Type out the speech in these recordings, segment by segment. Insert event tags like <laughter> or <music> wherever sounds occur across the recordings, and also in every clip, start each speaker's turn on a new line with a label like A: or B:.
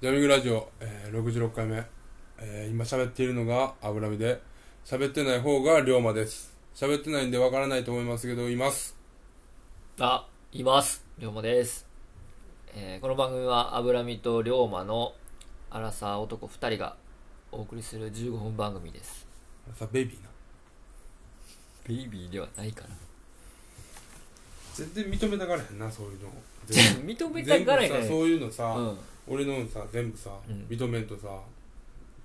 A: ジャミングラジオ、えー、66回目、えー、今喋っているのが油身で喋ってない方が龍馬です喋ってないんでわからないと思いますけどいます
B: あ、います。龍馬です。えーこの番組は、油見と龍馬のアラサー男2人がお送りする15分番組です。
A: さベイビーな
B: ベイビーではない
A: <laughs>
B: から。
A: 全然認めたがらへんなそういうの
B: 認めたがらやか
A: 全部さ
B: らね
A: そういうのさ、
B: うん。
A: 俺のさ全部さ、
B: うん
A: 認めんとさ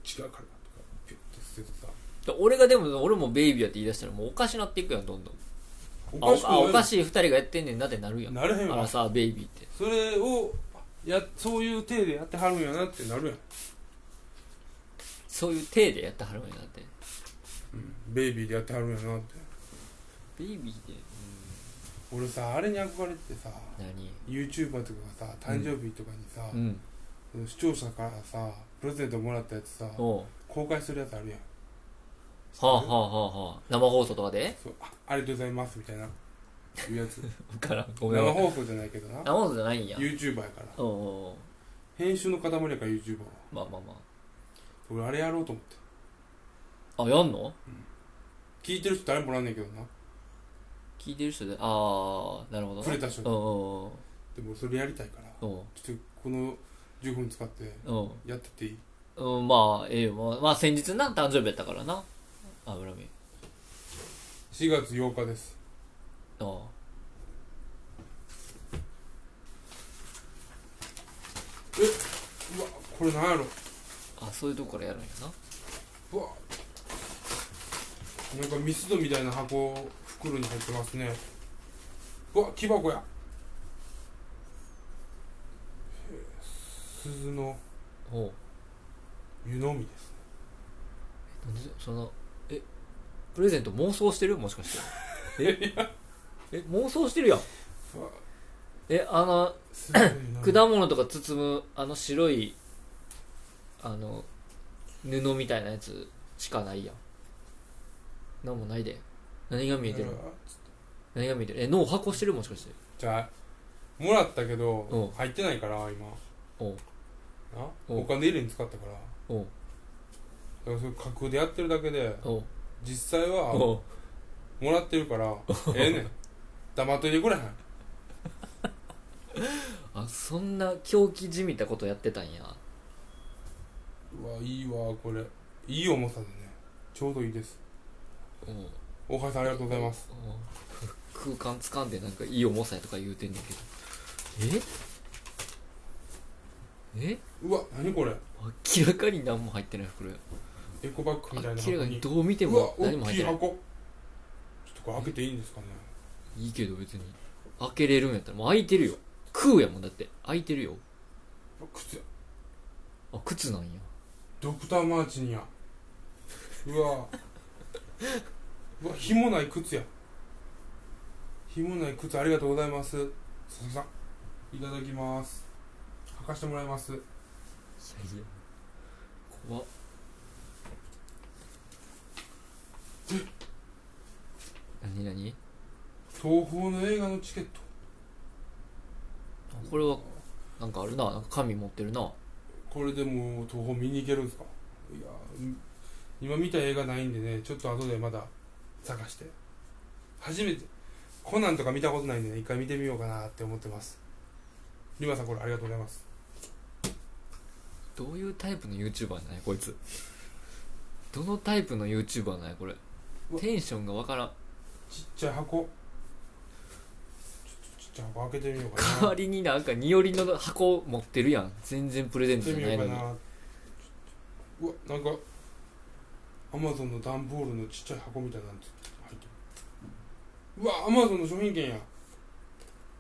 A: 違うからとかピュッて捨ててさ
B: 俺がでも、俺もベイビーやって言い出したらもうおかしなっていくやん、どんどん。
A: お
B: あお
A: かしく
B: あおか
A: ない
B: しい2人がやってんねんなってなるやん。
A: なれへん
B: アラ
A: わ
B: サーベイビーって。
A: それをやそういう体でやってはるんやなってなるやん、
B: そういう体でやってはるんやなって。
A: うん、ベイビーでやってはるんやなって
B: ベイビーで
A: 俺さあれに憧れててさ
B: 何
A: YouTuber とかがさ誕生日とかにさ、
B: うん。
A: 視聴者からさプレゼントもらったやつさ
B: おう
A: 公開するやつあるやん
B: はあはあはあはあ。生放送とかで
A: そうあありがとうございますみたいないうや
B: <laughs>
A: つ
B: わからん。ごめん
A: 生
B: わ。
A: 放送じゃないけどな
B: 生放送じゃないんや。
A: YouTuber やから
B: おうおうおう
A: 編集の塊やから YouTuber は
B: まあまあまあ。
A: 俺あれやろうと思って
B: あ、やんの
A: 聞いてる人誰もおらんねんけどな
B: 聞いてる人で、あー、なるほど
A: 触
B: な。
A: れた人
B: うんうん
A: でもそれやりたいから
B: うん
A: ちょっとこの10分使って
B: うん。
A: やってっていい
B: うん。うん、まあ、ええよ。まあ、まあ、先日な、誕生日やったからな。あ、恨み。
A: 4月8日です
B: ああ。
A: うわこれなんやろ
B: あ、そういうとこからやるんやな。
A: うわなんかミスドみたいな箱袋に入ってますねうわ木箱やへえ鈴の
B: おう。
A: 湯飲みですね
B: なんで、その、え、プレゼント妄想してるもしかして。
A: <laughs>
B: ええ、妄想してるやん。
A: うわ
B: え、あの、
A: 鈴の湯飲み
B: <laughs> 果物とか包む、あの白い、あの、布みたいなやつしかないやん。なんもないで。何が見えてるの何が見えてるえ脳発行してるもしかして
A: じゃあもらったけ
B: う
A: ど
B: ん
A: 入ってないから今
B: おう
A: な
B: うん
A: お金入れに使ったからだ
B: おう
A: からそれ架空でやってるだけ
B: <laughs>
A: で
B: おう
A: 実際は
B: おう
A: もらってる
B: <laughs>
A: からええねん黙っといてくれへん
B: あそんな狂気じみたことやってたんや
A: うわいいわこれいい重さでねちょうどいいです
B: おう
A: 大橋さんありがとうございます
B: おう空間掴んでなんかいい重さやとか言うてんねんけどええ
A: うわ何これ
B: 明らかに何も入ってない袋や
A: エコバッグみたいな箱
B: 明らかに
A: に
B: どう見て
A: うわ
B: も何も
A: 大
B: 入
A: きい
B: ってな
A: 箱
B: い
A: ちょっとこれ開けていいんですかね
B: いいけど別に開けれるんやったらもう開いてるよ空やもんだって開いてるよ
A: うわ靴
B: あ靴なんや
A: ドクターマーチンやうわうわ紐ない靴や紐ない靴ありがとうございます佐々木さんいただきます履かしてもらいます
B: いやいや怖っ何何
A: 東宝の映画のチケット
B: これはなんかあるななんか紙持ってるな
A: これでもう東宝見に行けるんですかいやうん今見た映画ないんでねちょっと後でまだ探して初めてコナンとか見たことないんでね一回見てみようかなって思ってますリマさんこれありがとうございます
B: どういうタイプの YouTuber なんやこいつどのタイプの YouTuber なんやこれ
A: うわ
B: テンションがわからん
A: ちっちゃい箱ちょっとちっちゃい箱開けてみようかな
B: 代わりになんかによりの箱持ってるやん全然プレゼント
A: 開
B: じ
A: け
B: ゃ
A: てみ
B: な
A: よ
B: いう
A: か
B: の
A: な
B: に
A: ちょっとうわなんかアマゾンの段ボールのちっちゃい箱みたいなの入ってるうわアマゾンの商品券や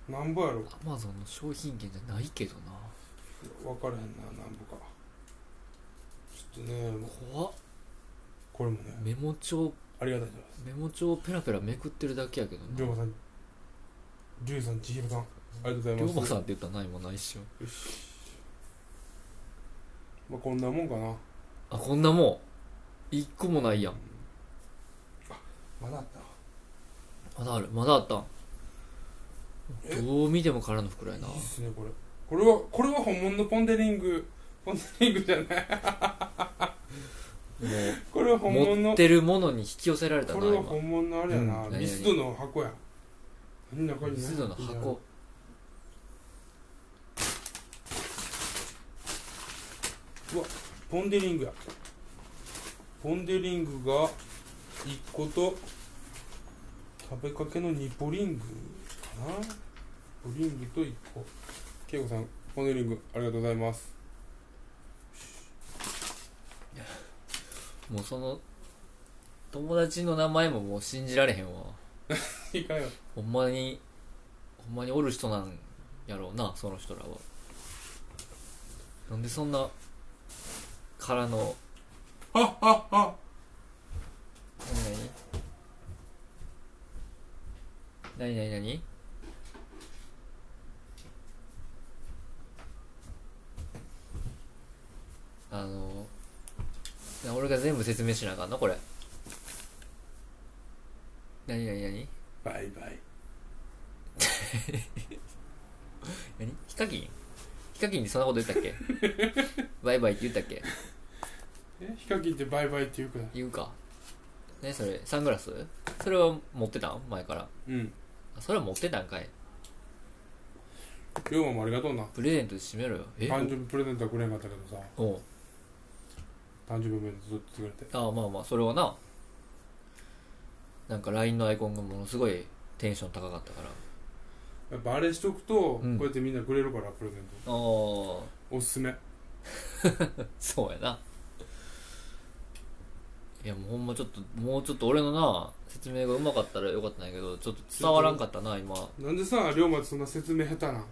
A: なんぼやろ
B: Amazon の商品券じゃないけどな
A: 分からへんななんぼかちょっとね
B: 怖っ
A: これもね
B: メモ帳
A: ありがたいと思います
B: メモ帳ペラペラめくってるだけやけどな
A: 龍馬さん龍さん千尋さんありがとう
B: 龍
A: ございま
B: 馬
A: す
B: さんって言ったらないもんないっしょ
A: よしまあこんなもんかな
B: あこんなもん一個もないやん
A: まだあった
B: まだあるまだあったんどう見ても空の袋やない
A: いっすねこれこれはこれは本物のポン・デ・リングこんなリングじゃない
B: も
A: これは本
B: う
A: 物
B: 持
A: の
B: ってるものに引き寄せられた
A: こ
B: な
A: れは
B: 今
A: 本物のあれやな、
B: うん
A: ミスドの箱や何中に
B: 水野の箱
A: ポンデリングやポンデリングが1個と食べかけの2ポリングかなポリングと1個恵子さんポンデリングありがとうございます
B: もうその友達の名前ももう信じられへんわ
A: いいかよ
B: ほんまにほんまにおる人なんやろうなその人らはなんでそんなからの
A: はっはっは
B: 何何何何あのな俺が全部説明しなあかんのこれ何何何
A: バイバイ
B: 何ヒカキンヒカキンってそんなこと言ったっけバイバイって言ったっけ
A: えヒカキンってバイバイって言うから
B: 言うかねそれサングラスそれは持ってたん前から
A: うん
B: あそれは持ってたんかい
A: 龍馬もありがとうな
B: プレゼントで締めろよえ
A: 誕生日プレゼントはくれなかったけどさ
B: おう
A: 誕生日おめでとうずっと言ってくれて
B: ああまあまあそれはななんか LINE のアイコンがものすごいテンション高かったからあ
A: やっぱあれしとくと、
B: うん
A: こうやってみんなくれるからプレゼン
B: あー
A: トおすすめ
B: そうやないやもうほんまちょっともうちょっと俺のな説明がうまかったらよかったんやけどちょっと伝わらんかったな今
A: なんでさ龍馬ってそんな説明下手なん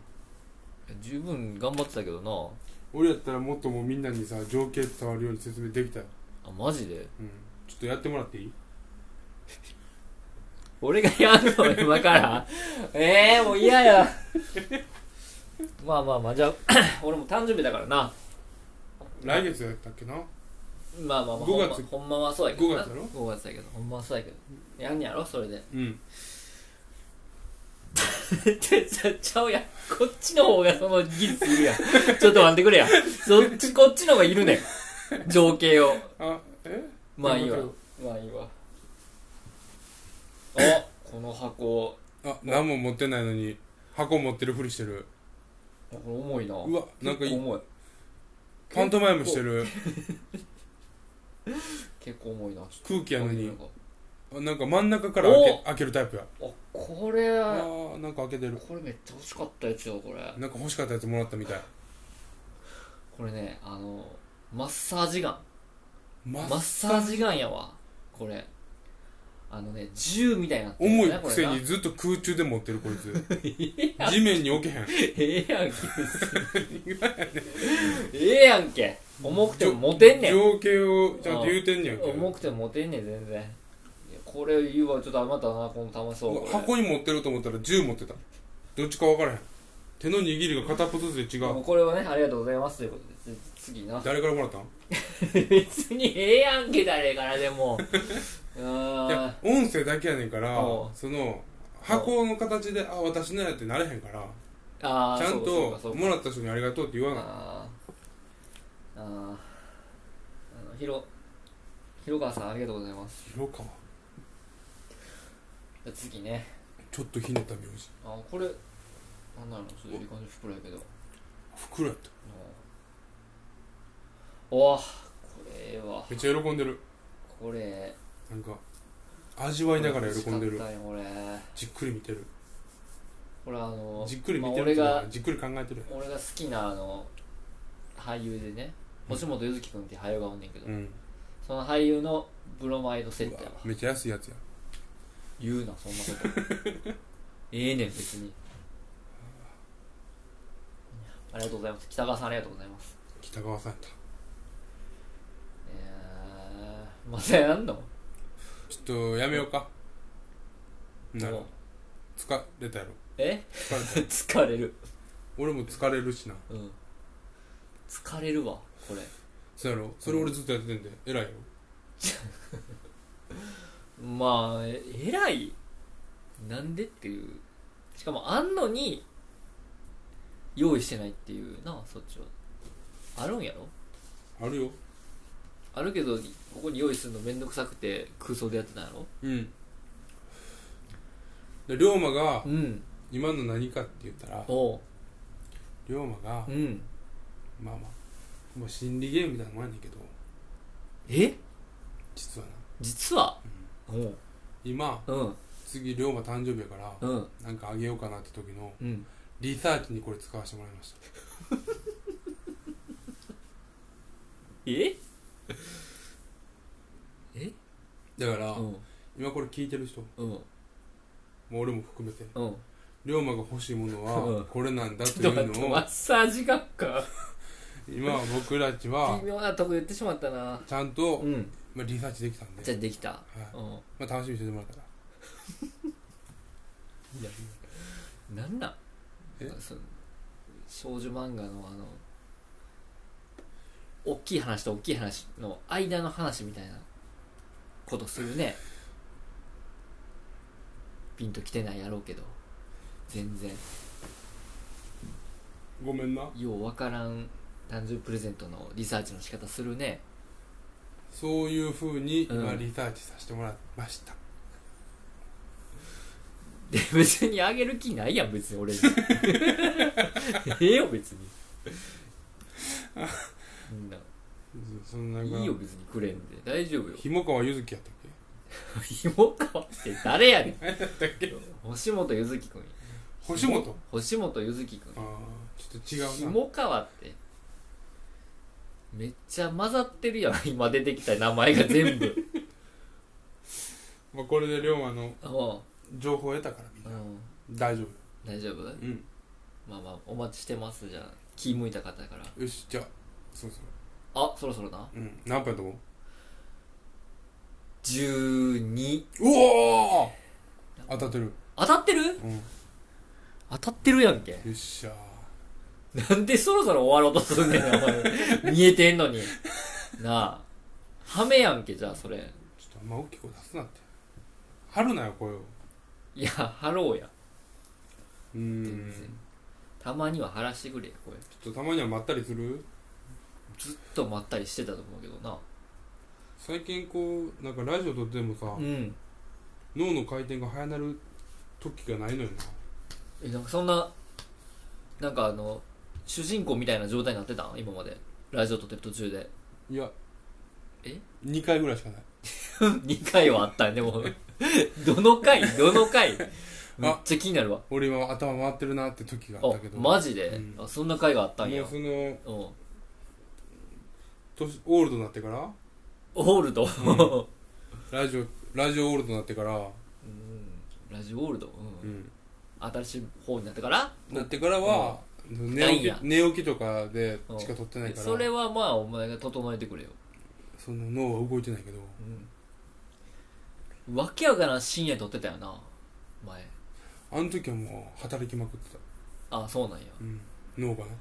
B: 十分頑張ってたけどな
A: 俺やったらもっともうみんなにさ情景伝わるように説明できたよ、
B: あマジで
A: うん、ちょっとやってもらっていい
B: 俺がやんの今から <laughs> ええもう嫌や <laughs> まあまあまあじ <coughs> ゃあ俺も誕生日だからな
A: 来月やったっけな
B: まあまあまあ
A: 五月
B: ほんまほんまはそうやけどな
A: 五月やろ
B: 5月やけどほんまはそうやけどやんねやろそれで
A: うん
B: ちゃちゃうやんこっちの方がその技術いるやんちょっと待ってくれやそっちこっちの方がいるねん情景を
A: あえ
B: まあいいわ
A: なんか
B: まあいいわおこの箱
A: あ何も持ってないのに箱持ってるふりしてる
B: あこれ重いな
A: うわなんかい
B: 結構重い
A: パントマイムしてる
B: 結構重いなちょっと
A: 空気やのに
B: あ
A: あなんか真ん中から開け
B: お
A: 開けるタイプや
B: これ
A: あーなんか開けてる
B: これめっちゃ欲しかったやつよこれ
A: なんか欲しかったやつもらったみたい
B: これねあのマッサージガン
A: マ
B: マッサージガンやわこれあのね銃みたいになって
A: 重
B: る
A: い
B: ね
A: くせにずっと空中で持ってる <laughs> こいつ地面に置けへん
B: こ <laughs> れなええやんけええやんけ重くても持てんねん
A: 情景をちゃんと言うてんねやけど
B: 重くても持てんねん全然いやこれ言うわちょっと余ったなこの玉そうう
A: わ
B: こ
A: 箱に持ってると思ったら銃持ってたどっちか分からへん手の握りが片っぽずつで違
B: れも
A: う
B: うこれはねありがとうございますということでつ次な
A: 誰からもらったん
B: 別にええやんけ誰から
A: <laughs>
B: でもあー
A: いや音声だけやねんから
B: おう
A: その箱の形で「あ私のや」ってなれへんから
B: あー
A: ちゃん
B: そうかそ
A: と
B: うか
A: もらった人に「ありがとう」って言わな
B: あーあーあのひろ広川さんありがとうございます
A: い広川
B: じゃあ次ね
A: ちょっとひねった名字
B: あこれなんだろうちょっといい感じの袋やけど
A: 袋やった
B: おおこれは
A: めっちゃ喜んでる
B: これ
A: なんか味わいながら喜んで
B: 欲し
A: る
B: かったねこれ
A: じっくり見てる
B: これあの
A: じっくり見
B: まあ
A: てる
B: 俺
A: ってこと
B: が
A: はじっくり考えてる
B: 俺が好きなあの俳優でね星本柚月君って俳優がおんねんけど、
A: うん
B: その俳優のブロマイドセ
A: う
B: ットや
A: わ
B: わ
A: めっちゃ安いやつや
B: 言うなそんなこと
A: <laughs>
B: ええねん別にありがとうございます北川さんありがとうございます
A: 北川さんやった
B: えー、またやんの
A: ちょっとやめようかな
B: もう
A: る疲れたやろ
B: え
A: 疲れた
B: 疲れる
A: 俺も疲れるしな
B: うん疲れるわこれ
A: そうやろそれ俺ずっとやってんで偉いよ
B: まあえ偉いなんでっていうしかもあんのに用意してないっていうなそっちはあるんやろ
A: あるよ
B: あるけどここに用意するのめんどくさくて空想でやってたんやろ
A: うんで龍馬が
B: うん
A: 今の何かって言ったら
B: おう
A: 龍馬が
B: うん
A: まあまあもう心理ゲームみたいなもんやねんけど
B: え
A: 実はな
B: 実はおう
A: 今
B: うん
A: 次龍馬誕生日やから
B: うん
A: なんかあげようかなって時の
B: うん
A: リサーチにこれ使わせてもらいました
B: ええ
A: だから、
B: うん
A: 今これ聞いてる人
B: うん
A: もう俺も含めて
B: うん
A: 龍馬が欲しいもの
B: う
A: は
B: ん
A: これなんだと
B: ちょっと
A: いう
B: 待って
A: の
B: マ
A: を
B: ッサージ学科
A: 今は僕たちは
B: 微妙なとこ言ってしまったな
A: ちゃんと、
B: うん
A: まあ、リサーチできたんで
B: じゃあできた
A: はい
B: うん
A: まあ、楽しみにしてもらったらいや
B: なんなん
A: え
B: その少女漫画のあの大きい話と大きい話の間の話みたいなことするねピンときてないやろうけど全然
A: ごめんな
B: ようわからん誕生日プレゼントのリサーチの仕方するね
A: そういうふうに
B: うん
A: 今リサーチさせてもらいました、
B: で別にあげる気ないやん別に俺にええよ別にみんな
A: そんない
B: いよ別にくれんで大丈夫よ
A: ひもかわゆずきやったっけ
B: <laughs> ひもかわって誰やねん星本ゆずきくんや
A: 星本
B: 星本ゆずきくん
A: ああちょっと
B: ひ
A: 違うな
B: もかわってめっちゃ混ざってるやん <laughs> 今出てきた名前が全部 <laughs>
A: まあ、これで龍馬の
B: うん
A: 情報を得たからみん
B: う
A: な、
B: ん
A: 大丈
B: 大丈夫
A: 夫うん
B: まあまあお待ちしてますじゃあ気向いた方やから
A: よしじゃあそうそう
B: あそろそろな
A: うん何分やと思う
B: 12
A: うおお当たってる
B: 当たってる
A: うんよ
B: 当たってるやんけ
A: っしゃ
B: なんでそろそろ終わろうとすんねんお前見えてんのになあハメやんけじゃあそれ
A: ちょっとあんま大きい声出すなって張るなよ声を
B: いや張ろうや
A: うー
B: 全
A: ん
B: 然たまには晴らしてくれよこれ
A: ちょっとたまにはまったりする
B: ずっとまったりしてたと思うけどな
A: 最近こうなんかラジオ撮ってもさ、
B: うん
A: 脳の回転が早なる時がないのよな
B: えなんかそんななんかあの主人公みたいな状態になってたん今までラジオ撮ってる途
A: <laughs>
B: 中で
A: いや
B: え
A: 2回ぐらいしかない
B: 2回はあったんでもどの回どの回めっちゃ気になるわ
A: 俺今頭回ってるなって時があ
B: あ
A: ったけど
B: マジで、
A: うん
B: あそんな回があったん
A: も
B: や
A: うその
B: うん
A: 年オールドになってから
B: オールド、
A: ラジオラジオオールドになってから、
B: うん、ラジオオールド、う
A: うんん、
B: 新しい方になってから
A: なってからは、
B: な
A: 寝
B: いん
A: 起き
B: や
A: 寝起きとかでしか撮ってないから
B: それはまあお前が整えてくれよ、
A: その脳は動いてないけど
B: うん、わけわからん深夜に撮ってたよな前
A: あの時はもう働きまくってた、
B: あそうなんや
A: うん、脳がね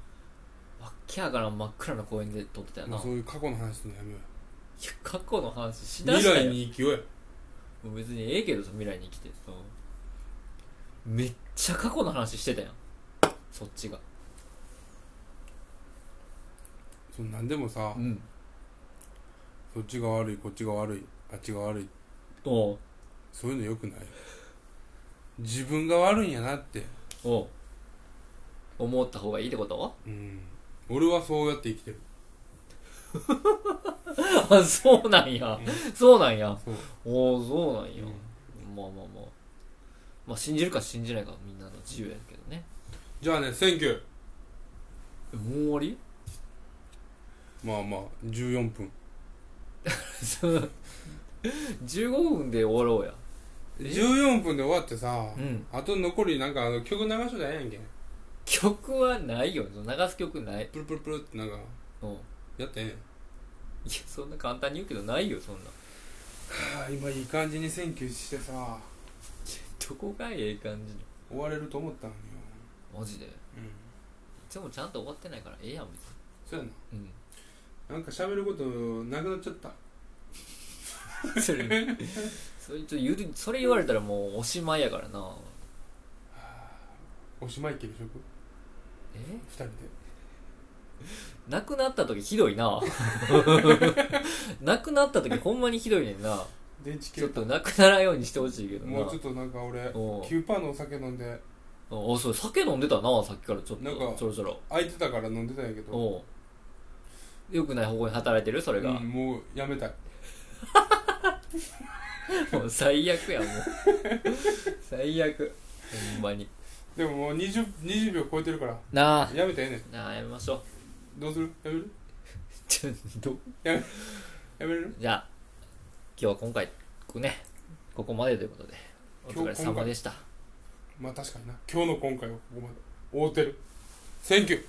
B: わけわからん真っ暗な公園で撮ってたよな、
A: もうそういう過去の話するのやめよ
B: いや過去の話し
A: う
B: だ
A: よ
B: した
A: 未
B: や
A: 来
B: ん
A: に生きようや
B: もう別にええけどさ未来に来て、うん、めっちゃ過去の話してたやんそっちが
A: その何でもさ
B: うん
A: そっちが悪いこっちが悪いあっちが悪い
B: おう
A: そういうのよくない自分が悪いんやなって、
B: おう思った方がいいってこと
A: うん、俺はそうやって生きてる
B: あそうなんや、そうなんや
A: そう
B: おおそうなんや、
A: う
B: まあまあまあまあ信じるか信じないかみんなの自由やけどね
A: じゃあね「センキュー
B: えもう終わり」 <laughs>
A: まあまあ14分
B: そう15分で終わろうや
A: 14分で終わってさ、
B: うん
A: あと残りなんかあの曲流しとじゃええやんけ
B: 曲はないよ流す曲ない
A: プルプルプルってなんか
B: うんい
A: やってん
B: やそんな簡単に言うけどないよそんな
A: はあ今いい感じに「センキュー」してさ
B: どこがええ感じ
A: 終われると思ったんよ
B: のマジでい
A: うん
B: つもちゃんと終わってないからええやん別
A: そ
B: に
A: うやな
B: うん
A: なんか喋ることなくなっちゃった
B: <laughs> それそれちょっと言うそれ言われたらもうおしまいやからな
A: おしまいける職
B: え
A: 2人で
B: 亡くなった時ひどい
A: <laughs>
B: な亡くなった時ほんまにひどいねんな
A: 電池切
B: ちょ
A: れ
B: ったとなくならんようにしてほしいけどな
A: もうちょっとなんか俺
B: おう
A: 9%のお酒飲んで
B: おおそう酒飲んでたなさっきからちょっ
A: なん
B: と
A: か
B: ちょろちょろ
A: 空いてたから飲んでたんやけど
B: おうよくない方向に働いてるそれが、
A: うん、もうやめたい
B: <laughs> もう最悪やもう最悪ほんまに
A: でももう 20, 20秒超えてるから
B: なあ
A: やめたらええね
B: なあやめましょうん <laughs>
A: どうするやめる
B: ちょっと
A: やめれる
B: じゃあ今日は今回ねここまでということでお疲れ様でした
A: まあ確かにな今日の今回はここまで合うてるセンキュー